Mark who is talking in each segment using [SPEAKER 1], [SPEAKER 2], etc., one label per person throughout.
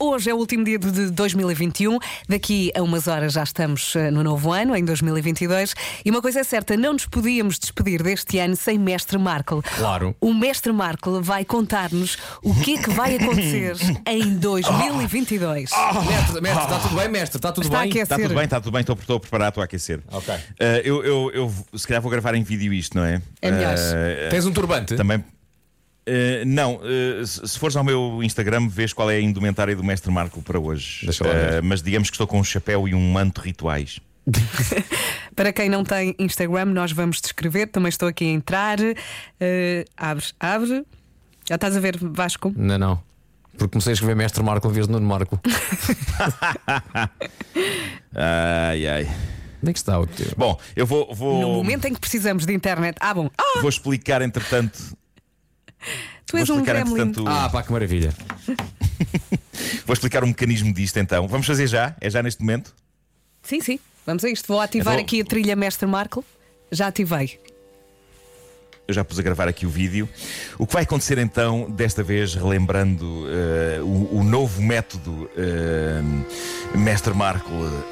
[SPEAKER 1] Hoje é o último dia de 2021. Daqui a umas horas já estamos eh, no novo ano, em 2022. E uma coisa é certa, não nos podíamos despedir deste ano sem Mestre Marco.
[SPEAKER 2] Claro.
[SPEAKER 1] O Mestre Marco vai contar-nos o que é que vai acontecer em 2022.
[SPEAKER 2] Mestre, mestre, está tudo bem, mestre? Está tudo
[SPEAKER 1] Está
[SPEAKER 2] bem?
[SPEAKER 1] aqui a
[SPEAKER 3] Está Ah, Tá tudo bem, está tudo bem, estou, estou preparado, estou a aquecer.
[SPEAKER 2] Ok.
[SPEAKER 3] Eh, eu, eu, eu se calhar vou gravar em vídeo isto, não é?
[SPEAKER 1] É melhor.
[SPEAKER 3] Eh,
[SPEAKER 2] Tens um turbante?
[SPEAKER 3] também. eh, não, eh, se se fores ao meu Instagram, vês qual é a indumentária do Mestre Marco para hoje.
[SPEAKER 2] Deixa lá
[SPEAKER 3] Eh,
[SPEAKER 2] ver.
[SPEAKER 3] mas digamos que estou com um chapéu e um manto rituais.
[SPEAKER 1] Para quem não tem Instagram, nós vamos descrever. Também estou aqui a entrar. Eh, abre, abre. Já estás a ver, Vasco?
[SPEAKER 2] Não, não. Porque comecei a escrever mestre Marco em vez de Nuno Marco.
[SPEAKER 3] Ai, ai.
[SPEAKER 2] Onde é que está o teu?
[SPEAKER 3] Bom, eu vou,
[SPEAKER 1] No
[SPEAKER 3] vou,
[SPEAKER 1] momento em que precisamos de internet. Ah, bom. Ah,
[SPEAKER 3] vou explicar entretanto.
[SPEAKER 1] tu és
[SPEAKER 3] vou
[SPEAKER 1] um
[SPEAKER 3] explicar,
[SPEAKER 1] gremlin.
[SPEAKER 3] entretanto,
[SPEAKER 2] Ah, pá, que maravilha.
[SPEAKER 3] Vou explicar o mecanismo disto então. Vamos fazer já? É já neste momento?
[SPEAKER 1] Sim, sim. Vamos a isto. Vou ativar
[SPEAKER 3] Eu vou-
[SPEAKER 1] aqui a trilha Mestre Marco. Já ativei.
[SPEAKER 3] Eu já pus a gravar aqui o vídeo. O que vai acontecer então, desta vez, relembrando eh, o, o novo método eh, Mestre Marco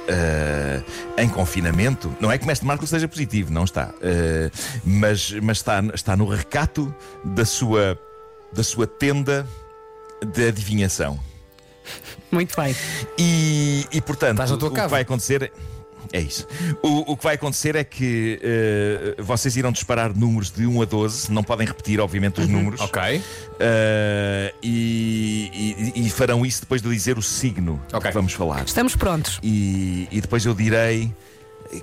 [SPEAKER 3] eh, em confinamento? Não é que Mestre Marco seja positivo, não está. Eh, mas mas está, está no recato da sua, da sua tenda de adivinhação.
[SPEAKER 1] Muito bem.
[SPEAKER 3] E, e, portanto,
[SPEAKER 2] Estás na tua
[SPEAKER 3] o
[SPEAKER 2] cave.
[SPEAKER 3] que vai acontecer. É isso. O, o que vai acontecer é que eh, vocês irão disparar números de 1 a 12, não podem repetir, obviamente, os números.
[SPEAKER 2] Uhum. Ok.
[SPEAKER 3] Eh, e, e- e farão isso depois de dizer o signo
[SPEAKER 2] Ok.
[SPEAKER 3] que vamos falar.
[SPEAKER 1] Estamos prontos.
[SPEAKER 3] E, e depois eu direi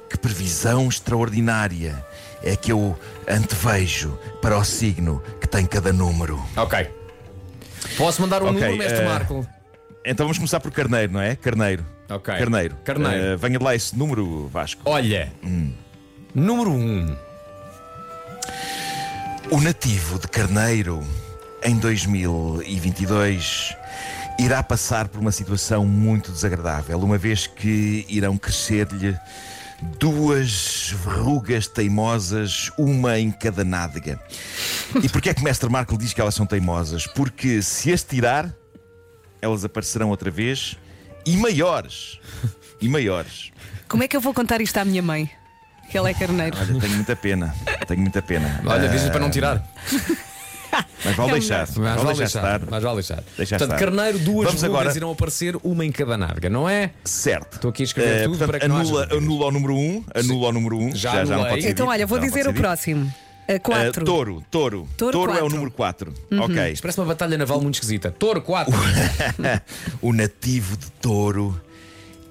[SPEAKER 3] que previsão extraordinária é que eu antevejo para o signo que tem cada número.
[SPEAKER 2] Ok. Posso mandar um
[SPEAKER 3] Ok,
[SPEAKER 2] número, mestre
[SPEAKER 3] eh,
[SPEAKER 2] Marco?
[SPEAKER 3] Então vamos começar por carneiro, não é? Carneiro.
[SPEAKER 2] Ok.
[SPEAKER 3] Carneiro.
[SPEAKER 2] Carneiro.
[SPEAKER 3] Eh, venha de lá esse número, Vasco.
[SPEAKER 2] Olha. Hum. Número 1. Um.
[SPEAKER 3] O nativo de Carneiro, em 2022, irá passar por uma situação muito desagradável, uma vez que irão crescer-lhe duas verrugas teimosas, uma em cada nádega. E porquê é que Mestre Marco diz que elas são teimosas? Porque se as tirar, elas aparecerão outra vez e maiores. E maiores.
[SPEAKER 1] Como é que eu vou contar isto à minha mãe? Que ela é carneiro.
[SPEAKER 3] Olha, tenho muita pena. Tenho muita pena.
[SPEAKER 2] Olha, dizem
[SPEAKER 3] Ah,
[SPEAKER 2] para não tirar.
[SPEAKER 3] Mas vale deixar.
[SPEAKER 2] Mas
[SPEAKER 3] vale deixar estar.
[SPEAKER 2] Mas vale deixar.
[SPEAKER 3] Deixa
[SPEAKER 2] Portanto,
[SPEAKER 3] estar.
[SPEAKER 2] carneiro, duas
[SPEAKER 3] Vamos
[SPEAKER 2] rugas
[SPEAKER 3] agora-
[SPEAKER 2] irão aparecer, uma em cada nádega, não é?
[SPEAKER 3] Certo.
[SPEAKER 2] Estou aqui a escrever
[SPEAKER 3] Eh,
[SPEAKER 2] tudo
[SPEAKER 3] portanto,
[SPEAKER 2] para que não haja
[SPEAKER 3] anula,
[SPEAKER 2] dúvidas.
[SPEAKER 3] anula o número 1, um, anula o número 1. Um,
[SPEAKER 2] Já
[SPEAKER 3] já, já não
[SPEAKER 2] anulei.
[SPEAKER 3] pode ser
[SPEAKER 1] Então,
[SPEAKER 3] dito,
[SPEAKER 1] olha, vou
[SPEAKER 3] já não
[SPEAKER 1] dizer o
[SPEAKER 3] pode ser
[SPEAKER 1] próximo. A
[SPEAKER 3] dito. Eh,
[SPEAKER 1] 4.
[SPEAKER 3] touro, touro.
[SPEAKER 1] Touro
[SPEAKER 3] Touro, é o
[SPEAKER 1] quatro. Uhum.
[SPEAKER 3] número 4. Ok.
[SPEAKER 2] Isto parece uma batalha naval muito esquisita. Touro 4.
[SPEAKER 3] o nativo de touro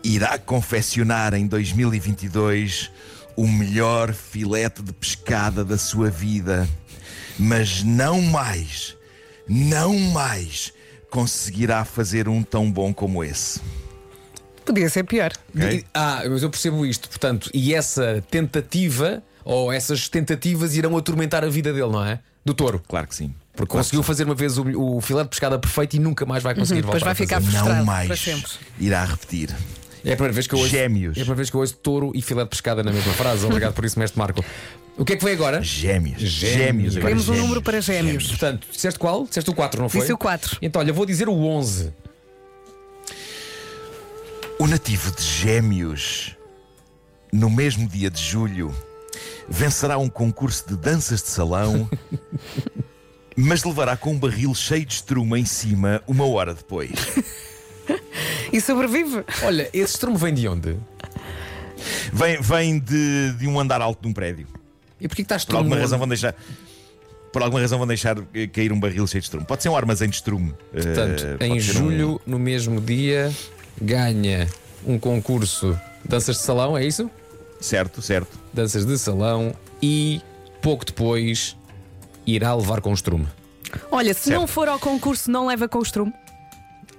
[SPEAKER 3] irá confeccionar em 2022 o melhor filete de pescada da sua vida. Mas não mais, não mais conseguirá fazer um tão bom como esse.
[SPEAKER 1] Podia ser pior.
[SPEAKER 3] Ok?
[SPEAKER 2] Ah, mas eu percebo isto, portanto, e essa tentativa, ou essas tentativas irão atormentar a vida dele, não é? Do touro.
[SPEAKER 3] Claro que sim.
[SPEAKER 2] Porque
[SPEAKER 3] Claro que
[SPEAKER 2] conseguiu fazer uma vez o, o filé de pescada perfeito e nunca mais vai conseguir
[SPEAKER 1] Uhum, Depois
[SPEAKER 2] voltar
[SPEAKER 1] vai
[SPEAKER 2] a fazer.
[SPEAKER 1] ficar frustrado
[SPEAKER 3] não
[SPEAKER 1] para
[SPEAKER 3] mais
[SPEAKER 1] sempre.
[SPEAKER 3] irá repetir.
[SPEAKER 2] É a primeira vez que eu ouço.
[SPEAKER 3] Gêmeos.
[SPEAKER 2] É a primeira vez que eu ouço touro e filé de pescada na mesma frase. Obrigado por isso, mestre Marco. O que é que foi agora?
[SPEAKER 3] Gêmeos.
[SPEAKER 2] Gêmeos.
[SPEAKER 3] agora
[SPEAKER 1] Queremos um
[SPEAKER 3] gêmeos.
[SPEAKER 1] número para gêmeos.
[SPEAKER 2] Portanto, disseste qual? Disseste o 4, não foi?
[SPEAKER 1] Disse o quatro.
[SPEAKER 2] Então, olha, vou dizer o 11.
[SPEAKER 3] O nativo de Gêmeos, no mesmo dia de julho, vencerá um concurso de danças de salão, mas levará com um barril cheio de estruma em cima uma hora depois.
[SPEAKER 1] E sobrevive.
[SPEAKER 2] Olha, esse estrumo vem de onde?
[SPEAKER 3] Vem, vem de, de um andar alto de um prédio.
[SPEAKER 2] E porquê que estás
[SPEAKER 3] Por
[SPEAKER 2] estrumo?
[SPEAKER 3] alguma
[SPEAKER 2] no
[SPEAKER 3] razão
[SPEAKER 2] onze?
[SPEAKER 3] vão deixar. Por alguma razão vão deixar eh, cair um barril cheio de estrume. Pode ser um armazém de estrume. Eh,
[SPEAKER 2] Portanto,
[SPEAKER 3] pode
[SPEAKER 2] em
[SPEAKER 3] ser um-
[SPEAKER 2] julho, no mesmo dia, ganha um concurso de danças de salão, é isso?
[SPEAKER 3] Certo, certo.
[SPEAKER 2] Danças de salão e pouco depois irá levar com o estrume.
[SPEAKER 1] Olha, se
[SPEAKER 3] Certo.
[SPEAKER 1] não for ao concurso, não leva com o estrume.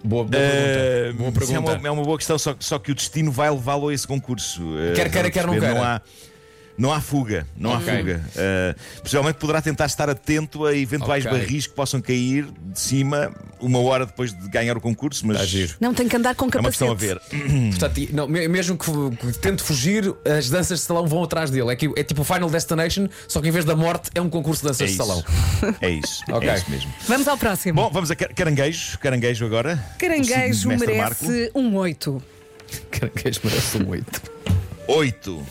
[SPEAKER 2] Boa, boa
[SPEAKER 3] Eh,
[SPEAKER 2] pergunta. Boa
[SPEAKER 3] isso É
[SPEAKER 2] pergunta.
[SPEAKER 3] uma, é uma boa questão, só, só que o destino vai levá-lo a esse concurso. Eh,
[SPEAKER 2] Quer queira,
[SPEAKER 3] vamos
[SPEAKER 2] quer não queira.
[SPEAKER 3] perceber, Não há, Não há fuga, não há
[SPEAKER 2] Ok.
[SPEAKER 3] fuga. Uh, possivelmente poderá tentar estar atento a eventuais
[SPEAKER 2] Ok.
[SPEAKER 3] barris que possam cair de cima uma hora depois de ganhar o concurso, mas
[SPEAKER 2] Está Tá giro.
[SPEAKER 1] Não, tem que andar com
[SPEAKER 3] é uma
[SPEAKER 1] capacete.
[SPEAKER 3] questão a ver.
[SPEAKER 2] Portanto, e- não, me- mesmo que, que tente fugir, as danças de salão vão atrás dele. É, que, é tipo o Final Destination, só que em vez da morte é um concurso de
[SPEAKER 3] É
[SPEAKER 2] danças de
[SPEAKER 3] isso.
[SPEAKER 2] salão.
[SPEAKER 3] É isso.
[SPEAKER 2] Ok.
[SPEAKER 3] É isso mesmo.
[SPEAKER 1] Vamos ao próximo.
[SPEAKER 3] Bom, vamos a car- caranguejo. Caranguejo agora. O
[SPEAKER 1] Caranguejo
[SPEAKER 3] segundo mestre
[SPEAKER 1] merece um 8.
[SPEAKER 2] Caranguejo merece um 8.
[SPEAKER 3] Marco. Oito.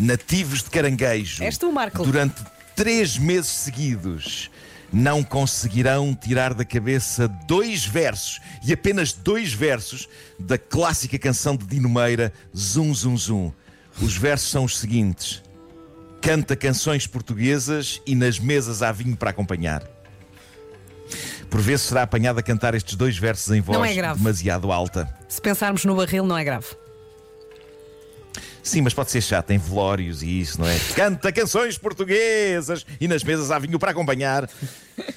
[SPEAKER 3] Nativos de caranguejo.
[SPEAKER 1] És tu, Marco.
[SPEAKER 3] Durante três meses seguidos. Não conseguirão tirar da cabeça dois versos, e apenas dois versos, da clássica canção de Dino Meira, Zum Zum Zum. Os versos são os seguintes: Canta canções portuguesas e nas mesas há vinho para acompanhar. Por vezes será apanhado a cantar estes dois versos em
[SPEAKER 1] Não
[SPEAKER 3] voz
[SPEAKER 1] é grave.
[SPEAKER 3] demasiado alta.
[SPEAKER 1] Se pensarmos no barril, não é grave.
[SPEAKER 3] Sim, mas pode ser chato, tem velórios e isso, não é? Canta canções portuguesas e nas mesas há vinho para acompanhar.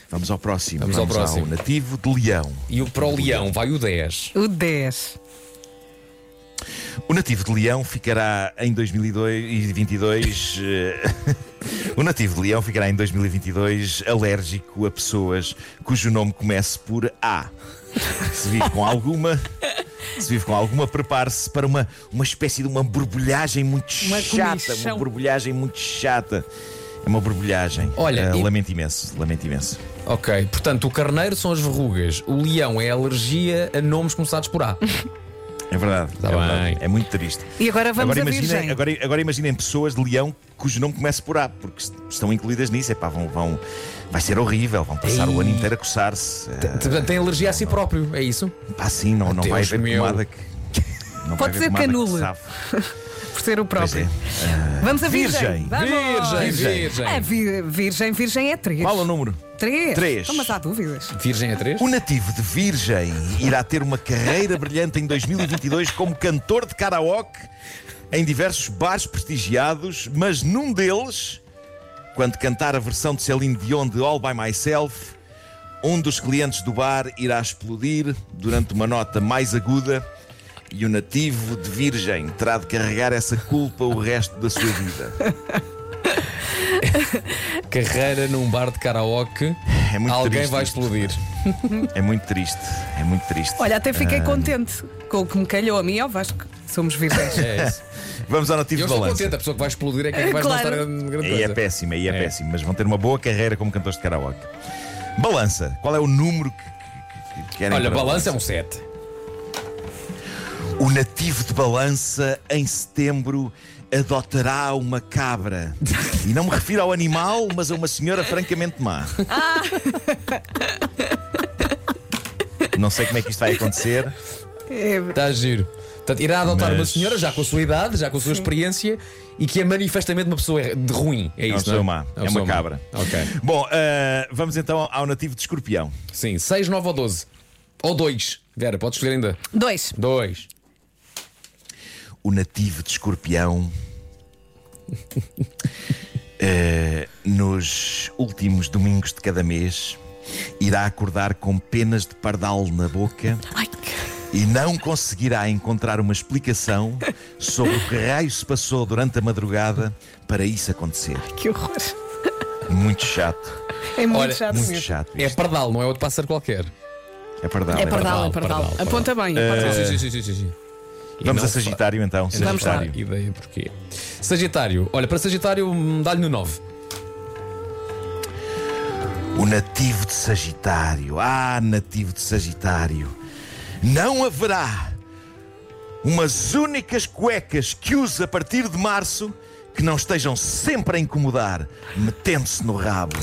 [SPEAKER 3] Vamos ao próximo.
[SPEAKER 2] Vamos ao próximo.
[SPEAKER 3] nativo de Leão.
[SPEAKER 2] E o para o leão vai o 10.
[SPEAKER 1] O 10.
[SPEAKER 3] O nativo de Leão ficará em 2022. eh, o nativo de Leão ficará em 2022 alérgico a pessoas cujo nome comece por A. Se vive com alguma. Se vive com alguma, prepare-se para uma, uma espécie de uma borbulhagem muito
[SPEAKER 1] Uma
[SPEAKER 3] chata.
[SPEAKER 1] comichão.
[SPEAKER 3] Uma borbulhagem muito chata. É uma borbulhagem.
[SPEAKER 2] Olha,
[SPEAKER 3] Eh,
[SPEAKER 2] e-
[SPEAKER 3] lamento imenso, lamento imenso.
[SPEAKER 2] Ok, portanto, o carneiro são as verrugas, o leão é a alergia a nomes começados por A.
[SPEAKER 3] É verdade.
[SPEAKER 2] Tá
[SPEAKER 3] é, verdade.
[SPEAKER 2] bem.
[SPEAKER 3] é muito triste.
[SPEAKER 1] E agora vamos
[SPEAKER 3] Agora
[SPEAKER 1] a
[SPEAKER 3] imaginem,
[SPEAKER 1] virgem.
[SPEAKER 3] agora, agora imaginem pessoas de leão cujo nome comece por A, porque est- estão incluídas nisso. Epá, vão, vão, vai ser horrível, vão passar
[SPEAKER 2] Ei.
[SPEAKER 3] o ano inteiro a coçar-se. Eh,
[SPEAKER 2] Portanto, tem alergia a si próprio, é isso?
[SPEAKER 3] pá, sim, não, não vai
[SPEAKER 2] Deus
[SPEAKER 3] haver
[SPEAKER 2] meu.
[SPEAKER 3] pomada que. Não
[SPEAKER 1] Pode ser
[SPEAKER 3] vai haver pomada que
[SPEAKER 1] canula.
[SPEAKER 3] safe.
[SPEAKER 1] Por ser o
[SPEAKER 3] Pois é.
[SPEAKER 1] próprio. Vamos a virgem.
[SPEAKER 3] Virgem.
[SPEAKER 1] Vamos.
[SPEAKER 2] Virgem, virgem.
[SPEAKER 1] Ah, vi- virgem, virgem é 3.
[SPEAKER 3] Qual o número?
[SPEAKER 1] 3.
[SPEAKER 3] Três.
[SPEAKER 1] Então, mas há dúvidas.
[SPEAKER 2] Virgem é 3?
[SPEAKER 3] O nativo de Virgem irá ter uma carreira brilhante em 2022 como cantor de karaoke em diversos bares prestigiados, mas num deles, quando cantar a versão de Celine Dion de All By Myself, um dos clientes do bar irá explodir durante uma nota mais aguda e o nativo de Virgem terá de carregar essa culpa o resto da sua vida.
[SPEAKER 2] Carreira num bar de karaoke,
[SPEAKER 3] É muito
[SPEAKER 2] alguém
[SPEAKER 3] triste
[SPEAKER 2] vai
[SPEAKER 3] isto.
[SPEAKER 2] explodir.
[SPEAKER 3] É muito triste, é muito triste.
[SPEAKER 1] Olha, até fiquei
[SPEAKER 3] Ah.
[SPEAKER 1] contente com o que me calhou a mim e ao Vasco. Somos virgens.
[SPEAKER 2] É isso.
[SPEAKER 3] Vamos ao nativo
[SPEAKER 2] Eu
[SPEAKER 3] de
[SPEAKER 2] estou
[SPEAKER 3] Balança.
[SPEAKER 2] contente, a pessoa que vai explodir é quem é que vai
[SPEAKER 1] Claro.
[SPEAKER 2] mostrar grande grande
[SPEAKER 3] Aí é
[SPEAKER 2] coisa.
[SPEAKER 3] péssimo, aí é,
[SPEAKER 2] É.
[SPEAKER 3] péssimo, mas vão ter uma boa carreira como cantores de karaoke. Balança, qual é o número que, que- que- que querem?
[SPEAKER 2] Olha,
[SPEAKER 3] para
[SPEAKER 2] balança é um 7.
[SPEAKER 3] O nativo de Balança, em setembro, adotará uma cabra. E não me refiro ao animal, mas a uma senhora francamente má.
[SPEAKER 2] Ah.
[SPEAKER 3] Não sei como é que isto vai acontecer.
[SPEAKER 1] É,
[SPEAKER 2] Está Tá giro. Portanto, irá adotar uma
[SPEAKER 3] Mas-
[SPEAKER 2] senhora já com a sua idade, já com a sua experiência e que é manifestamente uma pessoa de ruim. É
[SPEAKER 3] uma
[SPEAKER 2] isso,
[SPEAKER 3] pessoa
[SPEAKER 2] não
[SPEAKER 3] má. É uma
[SPEAKER 2] pessoa má.
[SPEAKER 3] cabra.
[SPEAKER 2] Ok.
[SPEAKER 3] Bom, ah, vamos então ao nativo de Escorpião.
[SPEAKER 2] Sim, 6, 9 ou 12. Ou 2. Vera, podes escolher ainda.
[SPEAKER 1] Dois.
[SPEAKER 2] 2.
[SPEAKER 3] o nativo de escorpião eh, nos últimos domingos de cada mês irá acordar com penas de pardal na boca
[SPEAKER 1] Ai, que-
[SPEAKER 3] e não conseguirá encontrar uma explicação sobre o que raio se passou durante a madrugada para isso acontecer.
[SPEAKER 1] que horror.
[SPEAKER 3] Muito chato,
[SPEAKER 1] É muito
[SPEAKER 2] Olha,
[SPEAKER 1] chato
[SPEAKER 3] muito
[SPEAKER 1] mesmo.
[SPEAKER 3] chato.
[SPEAKER 2] É
[SPEAKER 3] isto.
[SPEAKER 2] pardal, não é outro pássaro qualquer.
[SPEAKER 3] É pardal.
[SPEAKER 1] É
[SPEAKER 3] é
[SPEAKER 1] pardal,
[SPEAKER 3] pardal.
[SPEAKER 1] é pardal.
[SPEAKER 2] pardal,
[SPEAKER 1] Aponta bem. é pardal.
[SPEAKER 2] Sim, sim, sim, sim, sim. E
[SPEAKER 3] Vamos
[SPEAKER 2] não
[SPEAKER 3] a Sagitário então.
[SPEAKER 2] fa- não
[SPEAKER 1] É Vamos lá.
[SPEAKER 2] faço
[SPEAKER 3] Sagitário.
[SPEAKER 2] Ideia porquê. Sagitário, olha, para Sagitário, hum, dá-lhe no 9.
[SPEAKER 3] O nativo de Sagitário, ah, nativo de Sagitário, não haverá umas únicas cuecas que use a partir de março que não estejam sempre a incomodar, metendo-se no rabo.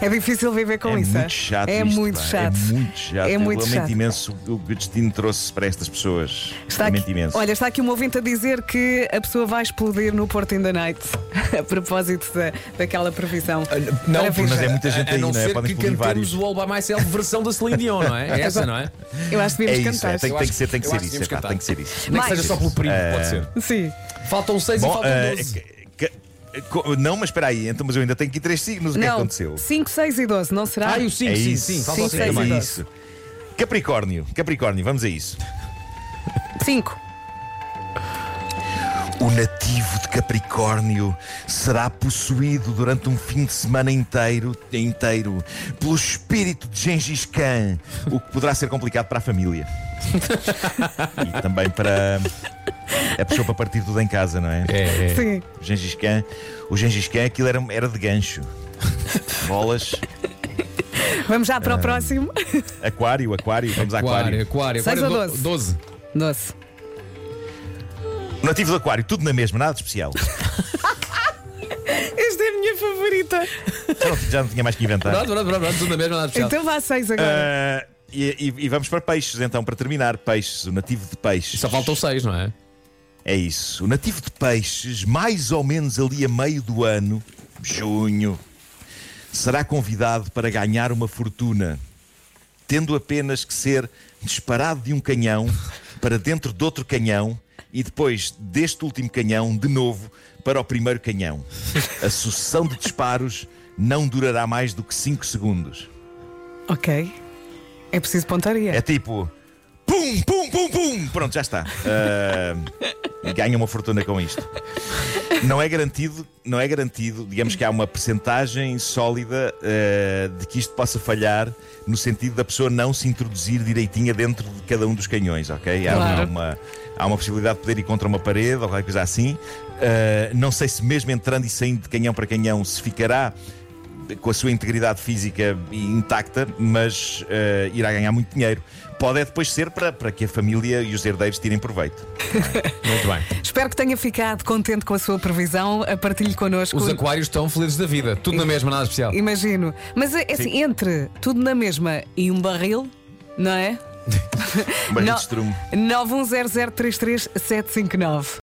[SPEAKER 1] É difícil viver com
[SPEAKER 3] é
[SPEAKER 1] isso.
[SPEAKER 3] muito chato
[SPEAKER 1] É
[SPEAKER 3] isto,
[SPEAKER 1] muito
[SPEAKER 3] pá.
[SPEAKER 1] chato.
[SPEAKER 3] É muito chato.
[SPEAKER 1] É
[SPEAKER 3] Eu
[SPEAKER 1] muito
[SPEAKER 3] lamento
[SPEAKER 1] chato.
[SPEAKER 3] imenso o que o destino trouxe para estas pessoas.
[SPEAKER 1] Está
[SPEAKER 3] lamento
[SPEAKER 1] aqui,
[SPEAKER 3] imenso.
[SPEAKER 1] olha, está aqui um ouvinte a dizer que a pessoa vai explodir no Porto in the Night a propósito da, daquela previsão. Para
[SPEAKER 2] porque-
[SPEAKER 1] virgem.
[SPEAKER 3] mas é muita gente
[SPEAKER 2] a, a não
[SPEAKER 3] aí, não é?
[SPEAKER 2] ser
[SPEAKER 3] Podem
[SPEAKER 2] que
[SPEAKER 3] explodir
[SPEAKER 2] cantemos
[SPEAKER 3] vários.
[SPEAKER 2] o All By Myself versão da Celine Dion, não é? É essa, não é?
[SPEAKER 1] Eu acho que
[SPEAKER 3] é
[SPEAKER 1] devíamos
[SPEAKER 3] isso,
[SPEAKER 1] cantar.
[SPEAKER 3] é, tem,
[SPEAKER 2] Eu
[SPEAKER 3] tem
[SPEAKER 2] acho-
[SPEAKER 3] que ser, tem que
[SPEAKER 2] eu
[SPEAKER 3] ser
[SPEAKER 2] acho que
[SPEAKER 3] isso,
[SPEAKER 2] devíamos
[SPEAKER 3] epá,
[SPEAKER 2] cantar.
[SPEAKER 3] tem que ser isso.
[SPEAKER 2] Nem que
[SPEAKER 1] Mais.
[SPEAKER 2] seja só pelo primo,
[SPEAKER 3] Eh,
[SPEAKER 2] pode ser.
[SPEAKER 1] Sim.
[SPEAKER 2] Faltam 6 e
[SPEAKER 3] Bom,
[SPEAKER 2] faltam
[SPEAKER 3] eh,
[SPEAKER 2] 12.
[SPEAKER 3] que- que- co- não, mas espera aí, então, mas eu ainda tenho aqui três signos. O que é que
[SPEAKER 1] não,
[SPEAKER 3] aconteceu?
[SPEAKER 1] 5, 6 e 12, não será?
[SPEAKER 2] Ah, e o 5,
[SPEAKER 3] É
[SPEAKER 2] sim,
[SPEAKER 3] isso.
[SPEAKER 2] sim.
[SPEAKER 1] Sim,
[SPEAKER 2] Faltam 5
[SPEAKER 1] seis
[SPEAKER 3] É
[SPEAKER 1] Sim.
[SPEAKER 2] também.
[SPEAKER 3] isso. Capricórnio, Capricórnio, vamos a isso.
[SPEAKER 1] 5.
[SPEAKER 3] O nativo de Capricórnio será possuído durante um fim de semana inteiro, inteiro pelo espírito de Gengis Khan, o que poderá ser complicado para a família. e também para a pessoa para partir tudo em casa, não é?
[SPEAKER 2] É, é.
[SPEAKER 1] Sim.
[SPEAKER 3] O Gengis Khan, o Gengis Khan aquilo era, era de gancho. Bolas,
[SPEAKER 1] Vamos já
[SPEAKER 3] Ah.
[SPEAKER 1] para o próximo.
[SPEAKER 3] aquário, aquário, vamos a
[SPEAKER 2] Aquário,
[SPEAKER 3] aquário.
[SPEAKER 2] aquário,
[SPEAKER 1] Seis
[SPEAKER 2] aquário.
[SPEAKER 1] ou
[SPEAKER 2] do-
[SPEAKER 1] doze?
[SPEAKER 2] doze.
[SPEAKER 1] Doce.
[SPEAKER 3] O nativo de aquário, tudo na mesma, nada de especial.
[SPEAKER 1] Esta é a minha favorita.
[SPEAKER 3] Já não, já não tinha mais que inventar.
[SPEAKER 2] Pronto, pronto, pronto, pronto, tudo na mesma, nada de especial.
[SPEAKER 1] Então vá a seis agora.
[SPEAKER 3] Ah, e, e- e vamos para peixes, então, para terminar. Peixes, o nativo de peixes.
[SPEAKER 2] Só faltam seis, não é?
[SPEAKER 3] É isso. O nativo de peixes, mais ou menos ali a meio do ano, junho, será convidado para ganhar uma fortuna, tendo apenas que ser disparado de um canhão para dentro de outro canhão e depois deste último canhão de novo para o primeiro canhão. A sucessão de disparos não durará mais do que 5 segundos.
[SPEAKER 1] Ok. É preciso pontaria.
[SPEAKER 3] Ah. É tipo. Pum, pum, pum, pum! Pronto, já está. Ah, ganha uma fortuna com isto. Não é garantido, não é garantido, digamos que há uma percentagem sólida ah, de que isto possa falhar no sentido da pessoa não se introduzir direitinha dentro de cada um dos canhões, ok? Há,
[SPEAKER 1] Claro.
[SPEAKER 3] há uma, há uma possibilidade de poder ir contra uma parede ou qualquer coisa assim. Ah, não sei se mesmo entrando e saindo de canhão para canhão se ficará com a sua integridade física intacta, mas eh, irá ganhar muito dinheiro. Pode é depois ser para, para que a família e os herdeiros tirem proveito.
[SPEAKER 2] Muito bem.
[SPEAKER 1] Espero que tenha ficado contente com a sua previsão. A Partilhe connosco.
[SPEAKER 2] Os aquários estão felizes da vida. Tudo na mesma, nada de especial.
[SPEAKER 1] Imagino. Mas é assim, entre tudo na mesma e um barril, não é?
[SPEAKER 3] Um barril
[SPEAKER 1] No-
[SPEAKER 3] de estrume.
[SPEAKER 1] 910033759.